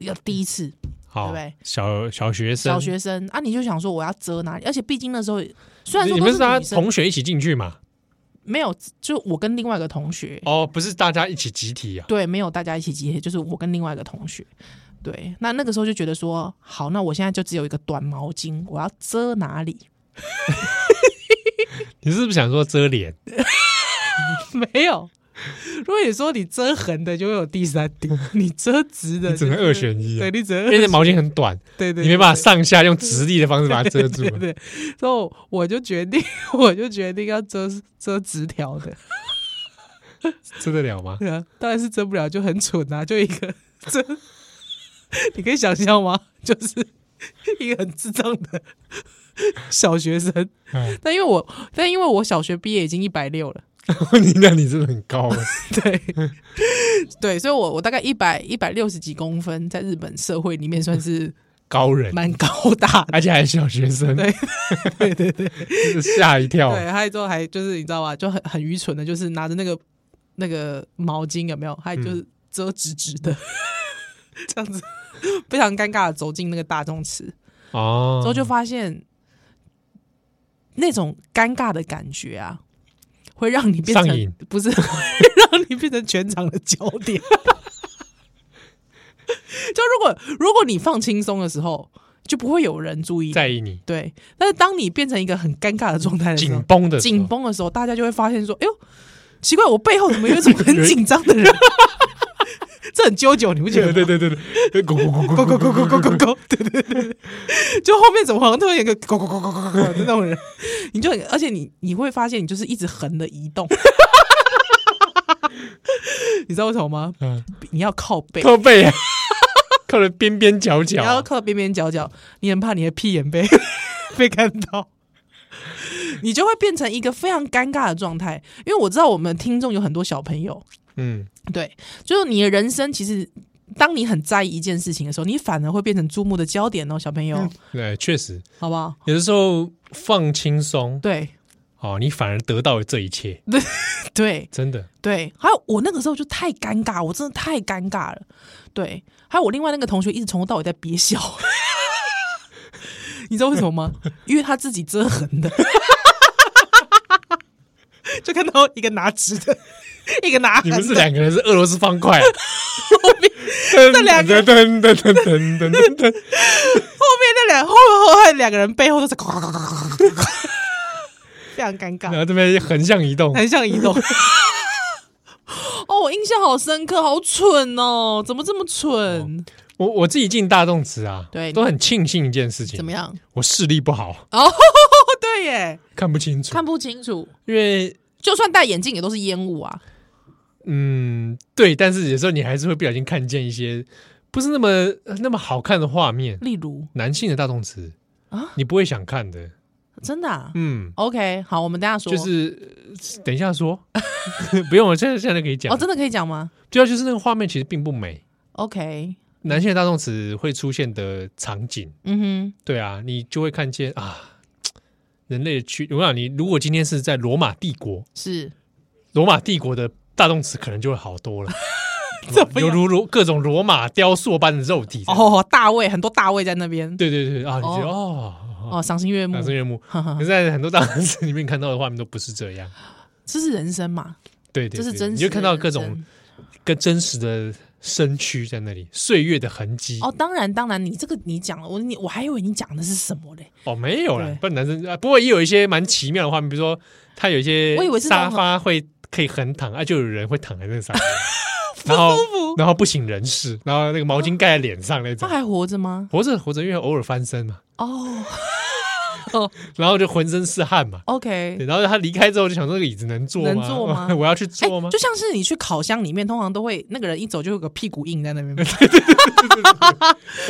要第一次
嗯好
对不对，
小小学生，
小学生啊，你就想说我要遮哪里？而且毕竟那时候虽然说
你
都
们
是
是他
女生，
同学一起进去嘛？
没有就我跟另外一个同学，
哦，不是大家一起集体啊？
对，没有大家一起集合，就是我跟另外一个同学。对，那那个时候就觉得说，好，那我现在就只有一个短毛巾，我要遮哪里？ [laughs]
你是不是想说遮脸？
没有。如果你说你遮横的，就会有第三点； [laughs] 你遮直的，
你只能
就是
二选一啊
对，你只能
因为那毛巾很短，
对对，
你没办法上下用直立的方式把它遮住
对。对，所以我我就决定， [laughs] 我就决定要遮遮直条的，
[laughs] 遮得了吗？ [laughs]
对啊，当然是遮不了，就很蠢啊，就一个遮， [laughs] 你可以想象吗？就是一个很智障的小学生，
嗯
[laughs] 但因为我但因为我小学毕业已经一百六了。
你那你真的很高啊，
对对，所以我我大概一百一百六十几公分，在日本社会里面算是
高人，
蛮高大 [laughs] 的。
而且还是小学生，
对
[laughs]
对对对
真是吓一跳。
对，还有之后还就是你知道吧，就很很愚蠢的，就是拿着那个那个毛巾有没有？还就是
嗯
遮直直的， [laughs] 这样子非常尴尬的走进那个大众池，
哦，
之后就发现那种尴尬的感觉啊，会让你变成
上瘾
不 [laughs] 是会让你变成全场的焦点。就如果如果你放轻松的时候，就不会有人注意你
在意你
对，但是当你变成一个很尴尬的状态的时候
紧，绷的时候
紧，绷的时候，大家就会发现说：“哎呦，奇怪，我背后怎么有一种很紧张的人？”这很纠结，你不觉得
对
吗？
对对对对，咕咕咕咕咕
狗狗狗狗狗狗狗，对对对对，就后面怎么好像突然有一个狗狗狗狗狗狗的那种人，你就很而且你你会发现你就是一直横的移动，你知道为什么吗？
嗯，
你要靠背，
靠背 [laughs] 啊，靠的边边角角
你要
啊，
靠边边角角，你很怕你的屁眼被 [laughs] 被看到，你就会变成一个非常尴尬的状态。因为我知道我们听众有很多小朋友，
嗯，
对，就是你的人生其实。当你很在意一件事情的时候，你反而会变成注目的焦点哦，小朋友，
对，确实，
好不好？
有的时候放轻松，
对
哦，你反而得到了这一切，
对
真的，
对，还有我那个时候就太尴尬，我真的太尴尬了。对，还有我另外那个同学一直从头到尾在憋笑，你知道为什么吗？因为他自己遮痕的，就看到一个拿直的，一个拿
你们
横
是
的
两个人是俄罗斯方
[laughs]
块啊，
这两个
噔噔噔噔噔噔
[laughs]
噔，
后面那两后后后两个人背后都是非常尴尬
然。后这边横向移动，
很像移动。哦，我印象好深刻，好蠢哦，怎么这么蠢？
我我自己进大众池啊，
对
都很庆幸一件事情，
怎么？样？
我视力不好，
哦，对耶，
看不清楚，
看不清楚，
因为
就算戴眼镜也都是烟雾啊。
嗯，对，但是有时候你还是会不小心看见一些不是那么那么好看的画面，
例如，
男性的大众词
啊
你不会想看的。
真的、啊
嗯，
o k 好，我们等一下说。
就是呃等一下说， [laughs] 不用，我现在现在可以讲。
哦，真的可以讲吗
对啊，就是那个画面其实并不美，
？OK，
男性的大众词会出现的场景，
嗯
对啊，你就会看见啊，人类的区。我想你如果今天是在罗马帝国
哼，，是
罗马帝国的大动词可能就会好多了，
[laughs] 怎么
有
样
如罗各种罗马雕塑般的肉体。
哦，大卫很多大卫在那边，
对对对啊，你觉得
哦
哦，
哦，赏心悦目
赏，心悦目。
[laughs] 哈哈
可是，在很多大公司里面看到的画面都不是这样，
这是人生嘛，
对对，
这是
对
真实的人生，
你就看到各种跟真实的身躯在那里，岁月的痕迹。
哦，当然当然，你这个你讲了，我你我还以为你讲的是什么嘞？
哦，没有
对
啦，不然男生啊，不过也有一些蛮奇妙的画面，比如说他有一些
我以为是那
沙
种
发会可以横躺，啊，就有人会躺在那个沙
[laughs]
发上，然后
服
然后不省人事，然后那个毛巾盖在脸上那种，
他还活着吗？
活着活着，因为偶尔翻身嘛，
哦
然后就浑身是汗嘛。
，OK，
对，然后他离开之后就想说，这个椅子能坐吗？
能坐吗
[laughs] 我要去
哎
坐吗？
就像是你去烤箱里面，通常都会那个人一走就有个屁股印在那边，，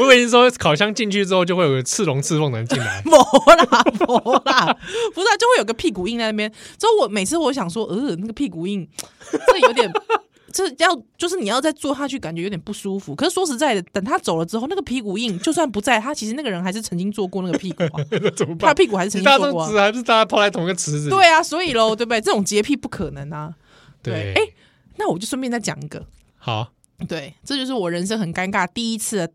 我跟你说，烤箱进去之后就会有个刺龙刺凤的人进 [laughs] 来
磨啦磨啦，不啊是、啊、就会有个屁股印在那边。之后我每次我想说，呃，那个屁股印，这有点，这要就是你要再坐下去，感觉有点不舒服。可是说实在的，等他走了之后，那个屁股印就算不在，他其实那个人还是曾经坐过那个屁股、
[laughs]
啊，
那怎么
[laughs] 他的
办？
屁股还是曾
你
经
大
坐过、
众
啊。
池还不是大家泡在同一个池子里？
对啊，所以喽，对不对？这种洁癖不可能啊。
对，
哎，那我就顺便再讲一个，
好，
对，这就是我人生很尴尬第一次的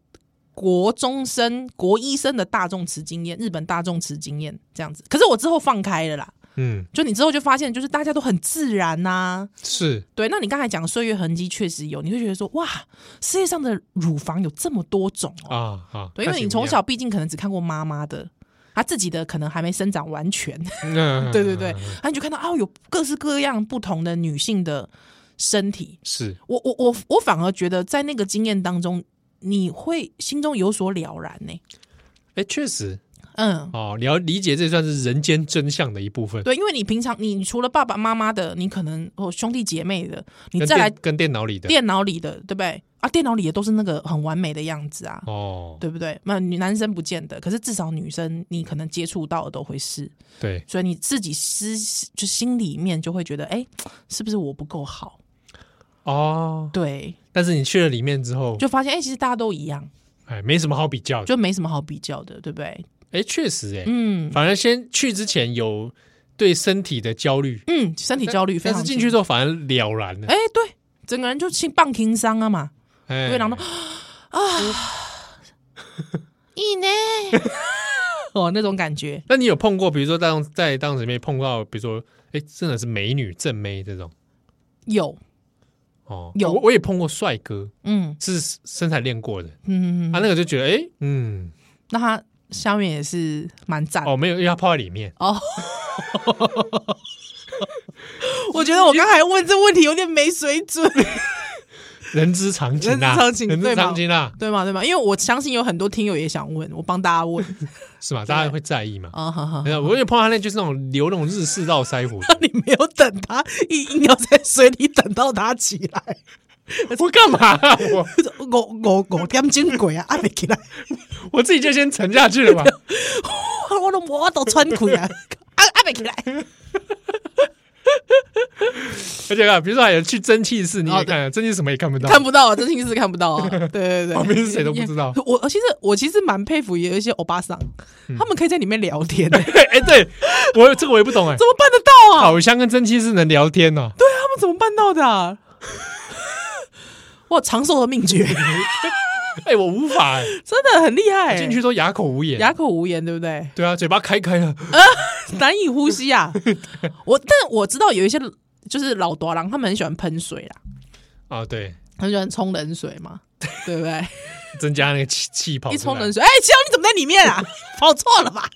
国中生、国医生的大众词经验，日本大众词经验这样子。可是我之后放开了啦，
嗯，
就你之后就发现，就是大家都很自然呐、
是
对，那你刚才讲的岁月痕迹确实有，你会觉得说，哇，世界上的乳房有这么多种哦。
啊啊，
对，因
那
为你
行
从
一样
小，毕竟可能只看过妈妈的，她自己的可能还没生长完全。
嗯
[laughs] 对对对，，然后你就看到啊，有各式各样不同的女性的身体，
是
我我我我反而觉得在那个经验当中，你会心中有所了然呢、
哎，确实
嗯，
哦，了理解这算是人间真相的一部分，
对，因为你平常你除了爸爸妈妈的，你可能哦兄弟姐妹的，你
跟
再
电
来
跟电脑里的
电脑里的，对不对？啊，电脑里也都是那个很完美的样子啊，
哦，
对不对？那女男生不见得，可是至少女生你可能接触到的都会是，
对，
所以你自己思就心里面就会觉得，哎，是不是我不够好？
哦，
对，
但是你去了里面之后，
就发现哎，其实大家都一样，
哎，没什么好比较的，
就没什么好比较的，对不对？
哎，确实，哎，
嗯
反正先去之前有对身体的焦虑，
嗯，身体焦虑非
但是
常
进
强
去之后反而了然了，
哎、对，整个人就去棒情商啊嘛，
哎，
对，然 [laughs] 后啊咦呢， [laughs] 哦那种感觉，
那你有碰过，比如说当在当时里面碰到，比如说，哎，真的是美女正妹这种
有
哦，
有
我我也碰过帅哥，
嗯
是身材练过的，
嗯，
他、
嗯
那个就觉得，哎，嗯，
那他下面也是蛮赞
哦，没有，因为他泡在里面，
哦。我觉得我刚才问这问题有点没水准， [laughs]
人之常情
人
啊，
之常情
人之
对吧
常情啊，
对吗？对吗？因为我相信有很多听友也想问，我帮大家问
是吧？大家会在意嘛？
[laughs] 啊，哈哈。
没有，我也碰到他那就是那种留那种日式络腮胡
[laughs]
的，
你没有等他，硬硬要在水里等到他起 [laughs] 来，
我干嘛啊、我
我我我点钟鬼啊，还没起来，
我自己就先沉下去了嘛。
[laughs] 我都我都穿开啊， [laughs] 啊啊没起来，
而且啊，比如说还有去蒸汽室，你
哦
也
对
看，蒸汽室什么也看不到，
[laughs] 看不到啊，真心是看
[laughs]
不到啊，对对对，
旁边是谁都不知道。
我其实我其实蛮佩服有一些欧巴桑，
嗯
他们可以在里面聊天、 [laughs] 怎
[laughs] 哎、对我这个我也不懂哎、
么办得到啊？
烤箱跟蒸汽室能聊天哦呢、
对啊，他们怎么办到的、啊？ [laughs] 哇，长寿的秘诀， [laughs]
哎、我无法、哎
真的很厉害、
进去都哑口无言。
哑口无言，对不对？
对啊，嘴巴开开了，
难以呼吸啊！ [laughs] 我但我知道有一些就是老多郎，他们很喜欢喷水啦，
啊，对，
很喜欢冲冷水嘛，对
[laughs]
不对？
增加那个气气泡出来。
一冲冷水，哎、七号你怎么在里面
[laughs]
啊？跑错了吧？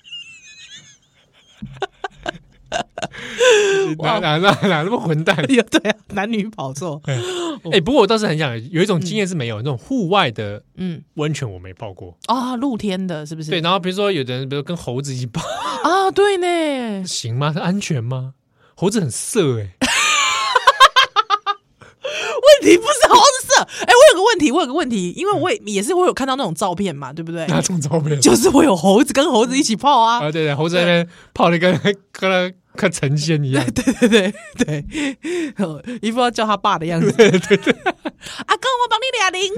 [laughs]
哪哪哪哪那么混蛋？
对啊，男女跑错，
哎、不过我倒是很想有一种经验是没有，那种户外的
嗯
温泉我没泡过。
啊、露天的是不是？
对，然后比如说有的人，比如跟猴子一起泡， [laughs]
啊，对呢，
行吗？是安全吗？猴子很色
[laughs]
哎、
问题不是猴子色。哎、我有个问题，我有个问题，因为我也也是我有看到那种照片嘛，对不对？
哪种照片？
[laughs] 就是会有猴子跟猴子一起泡啊
啊，，对对，猴子在那边泡的跟跟跟成仙一样，
对对对对，呃 [laughs] 一副要叫他爸的样子。对对对，阿公，我帮你俩零，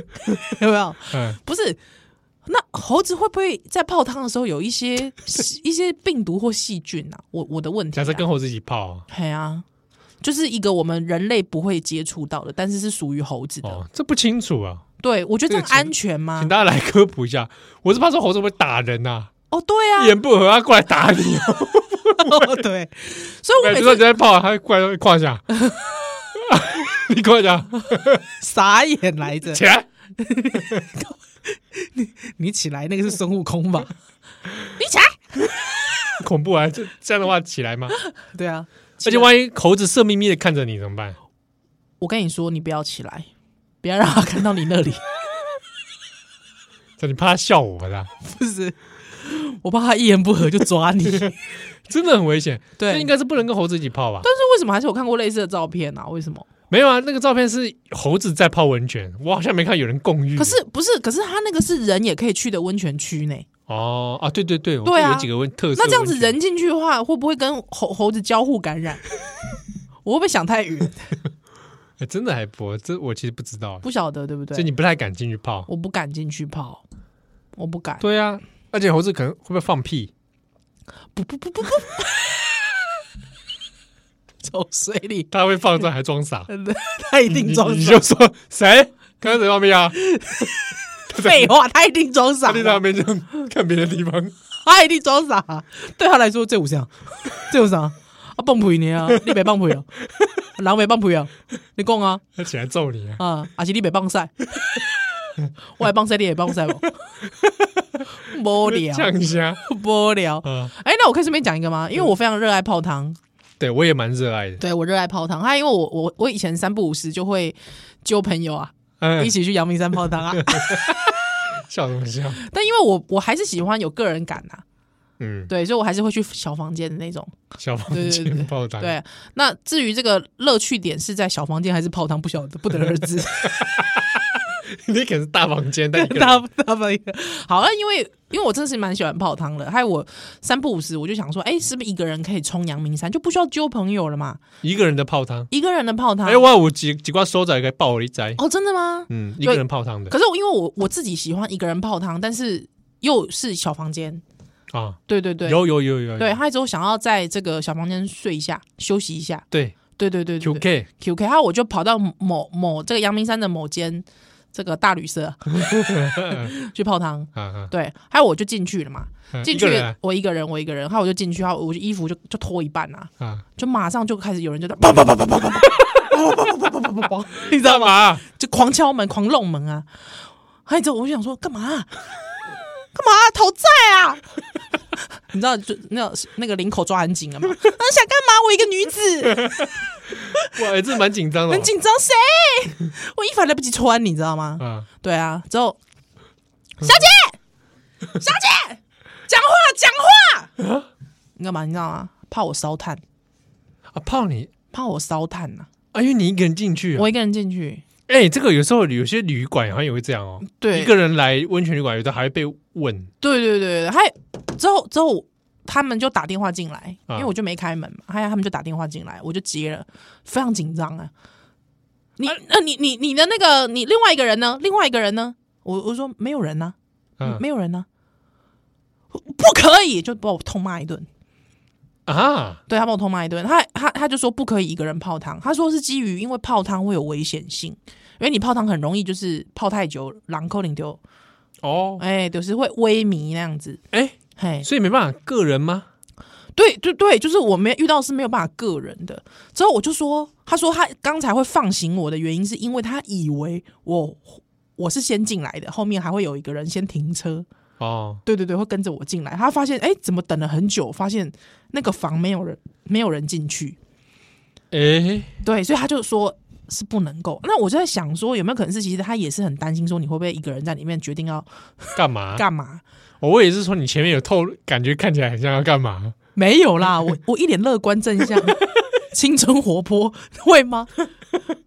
[laughs] 有没有？
嗯，
不是，那猴子会不会在泡汤的时候有一些 [laughs] 一些病毒或细菌啊？我我的问题、
假
啊，
设跟猴子一起泡啊，
嘿啊，就是一个我们人类不会接触到的，但是是属于猴子的。
哦，这不清楚啊，
对，我觉得这
这个
样安全吗
请？大家来科普一下。我是怕说猴子会打人呐、
哦，对
啊，
啊
一，言不合他过来打你、
[laughs]
啊，
对，所以我
比
每
如说你
次
在泡，啊他过来胯
[laughs]
下， [laughs] 你胯下
傻眼来着
起来，
你起来，那个是孙悟空吧？你起来，
恐怖啊！这这样的话起来吗？
对啊，
而且万一猴子色眯眯的看着你怎么办？
我跟你说，你不要起来，不要让他看到你那里，
你怕他笑我的啊、
不是？我怕他一言不合就抓你。但是
真的很危险。
对
这应该是不能跟猴子一起泡吧？
为什么还是有看过类似的照片啊？为什么？
没有啊，那个照片是猴子在泡温泉，我好像没看有人共浴。
可是不是？可是他那个是人也可以去的温泉区呢。
哦啊，对对对，我
对啊
有几个问啊特色。
那这样子人，进去的话，会不会跟猴猴子交互感染？我会不会想太远？
哎真的还不，这我其实不知道，
不晓得，对不
所以你
对？
不太敢进去泡。
[laughs] 我不敢进去泡，我不敢。
对啊，而且猴子可能会不会放
[laughs]
屁？
不不不不不，走水里，
他会放这还装
[laughs]
傻？
他一
你
定装
你
傻
就。
[laughs]
说谁？刚刚在旁边啊，
[laughs] 废话，他一定装傻啊
他。就在旁边就看别的地方。
他一定装傻、啊对他来说最有啥？ [laughs] 最有啥？啊，放屁呢啊！你别放 [laughs] 屁哦，人别放屁哦，你讲啊
他起来揍你
[laughs]
啊！
啊，还是你别放 [laughs] 晒？我也放晒，你也放晒不？ [laughs] 无聊，
呛一下
无聊。
啊！
哎、那我可以顺便讲一个吗？因为我非常热爱泡汤，
对我也蛮热爱的。
对我热爱泡汤。还、因为我我我以前三不五时就会揪朋友啊，
嗯
[laughs] 一，起去阳明山泡汤 [laughs] 啊。
[laughs] 笑什么笑？
但因为我我还是喜欢有个人感呐、
嗯，
对，所以我还是会去小房间的那种。
小房
对对对
间爆弹。
对，那至于这个乐趣点是在小房间还是泡汤，不晓得，不得
[laughs]
而知。
[laughs] 你可能是大房间，
[laughs]
但一个人
大大半夜，好，那因为因为我真的是蛮喜欢泡汤的，还有我三不五时我就想说，哎、是不是一个人可以冲阳明山，就不需要揪朋友了嘛？
一个人的泡汤。
一个人的泡汤，
哎，我有几几罐收仔给爆我一摘。
哦，真的吗？
嗯，一个人泡汤的
可是我因为我我自己喜欢一个人泡汤，但是又是小房间，
啊，
对对对，
有有有有
对，还有之后想要在这个小房间睡一下，休息一下，
对
对对对对对
，QK
QK，还有我就跑到某某这个阳明山的某间这个大
[laughs]
旅社去泡汤。
啊啊，
对，还有我就进去了嘛，
嗯
进
一
去
个人
我一个人，我一个人，然后我就进去，然后我就衣服就就脱一半啊， [laughs]
啊，
就马上就开始有人就在叭叭叭叭叭叭叭叭叭叭叭叭叭叭，
你知道吗？
就狂敲门、狂弄门啊！还有之后我就想说，干嘛、干嘛、讨债啊？ [laughs] 你知道，就那那个领口抓很紧了嘛？ [laughs] 那你想干嘛？我一个女
[laughs]
子，
哇，欸这蛮紧张的哦，
很紧张，谁？ [laughs] 我衣服还来不及穿，你知道吗？
啊，
对啊，之后，
嗯
小姐，小姐，讲话，讲话，你干嘛？你知道吗？怕我烧炭，
啊，泡你
怕我烧炭呐、
啊，因为你一个人进去啊，
我一个人进去，
哎，这个有时候有些旅馆好像也会这样哦，
对
一个人来温泉旅馆，有的还会被问
对对对，还之后之后他们就打电话进来，因
啊
为我就没开门嘛，还有他们就打电话进来，我就接了，非常紧张啊。
啊
你那、你你你的那个你另外一个人呢？另外一个人呢？我我说没有人呐、
啊
没有人呐、不可以，就把我痛骂一顿。
啊，
对他把我痛骂一顿，他他他就说不可以一个人泡汤，他说是基于因为泡汤会有危险性，因为你泡汤很容易就是泡太久，狼扣领丢，
哦，
哎、就是会萎靡那样子，
哎，
嘿，
所以没办法，个人吗？
对对对，就是我没遇到是没有办法个人的。之后我就说，他说他刚才会放行我的原因是因为他以为我我是先进来的，后面还会有一个人先停车。
哦，
对对对，会跟着我进来。他发现哎，怎么等了很久？发现那个房没有人，没有人进去。
哎，
对，所以他就说是不能够。那我就在想说，有没有可能是其实他也是很担心，说你会不会一个人在里面决定要
啊干嘛？
[laughs] 干嘛？
哦我也是说你前面有透露，感觉看起来很像要干嘛？
没有
[laughs]
啦，我我一脸乐观正向， [laughs] 青春活泼，会吗？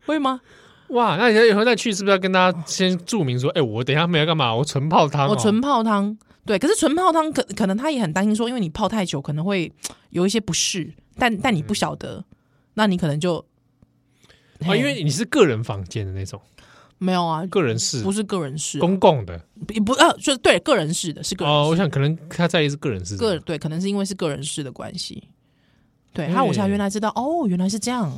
会吗？
哇，那你以后再去是不是要跟大家先注明说，哎、我等一下没有干嘛，我纯泡汤、哦，
我纯泡汤，对，可是纯泡汤可可能他也很担心说，因为你泡太久可能会有一些不适，但但
嗯
你不晓得，那你可能就
啊，因为你是个人房间的那种，
没有啊，
个人室，
不是个人室，
公共的
不不呃，就是对个人室的是个人室
哦。我想可能他在意是个人室，
个对，可能是因为是个人室的关系。对，
哎
还有我现在原来知道哦，原来是这样，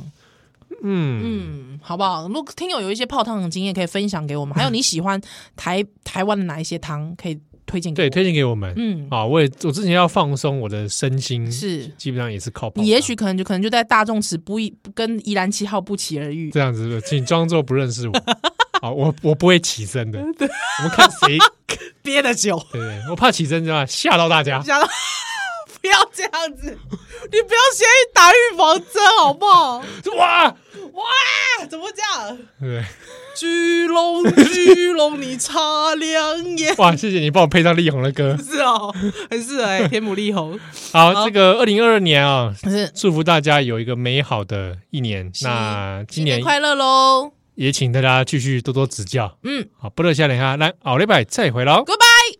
嗯
嗯，好不好？如果听友有一些泡汤的经验，可以分享给我们。还有你喜欢台台湾的哪一些汤，可以推荐给
对，
我？
推荐给我们、
嗯，
啊。我也我之前要放松我的身心，
是
基本上也是靠泡汤，
你也许可能就可能就在大众池不一不跟宜兰七号不期而遇。
这样子，请装作不认识我。好，我我不会起身的，
嗯
我们看谁，
憋的久，
对我怕起身的话吓到大家。
想到 [laughs] 不要这样子，你不要先打预防针好不好？
哇，
哇，哎怎么这 [laughs] 样？
对。
巨龙，巨龙，你擦亮眼。
哇，谢谢你帮我配上力宏的
[laughs]
歌。
是哦，很适合欸天母丽 [laughs] 红。
好，这个二零二二年啊、
可是
祝福大家有一个美好的一年。
是
那今
新年
年
快乐喽
也请大家继续多多指教。
嗯，
好，不乐下等下，那奥利拜再回喽。
，Goodbye。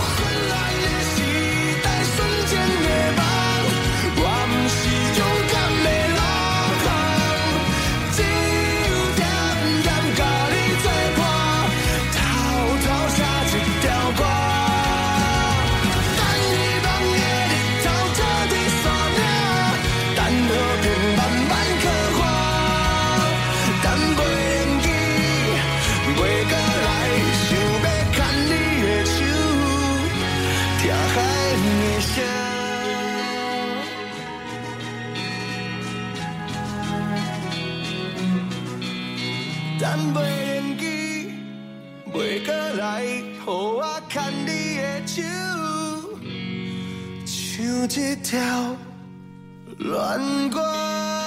昏乱的时代，瞬间的梦，我不是勇敢的老汉，只有点点甲你作伴，偷偷写一条歌。等希望的日头照在山岭，等和平慢慢刻画，等袂用记。袂过来，想要牵你的手，听海的声。咱袂连记，袂过来，予我牵你的手，像一条恋歌。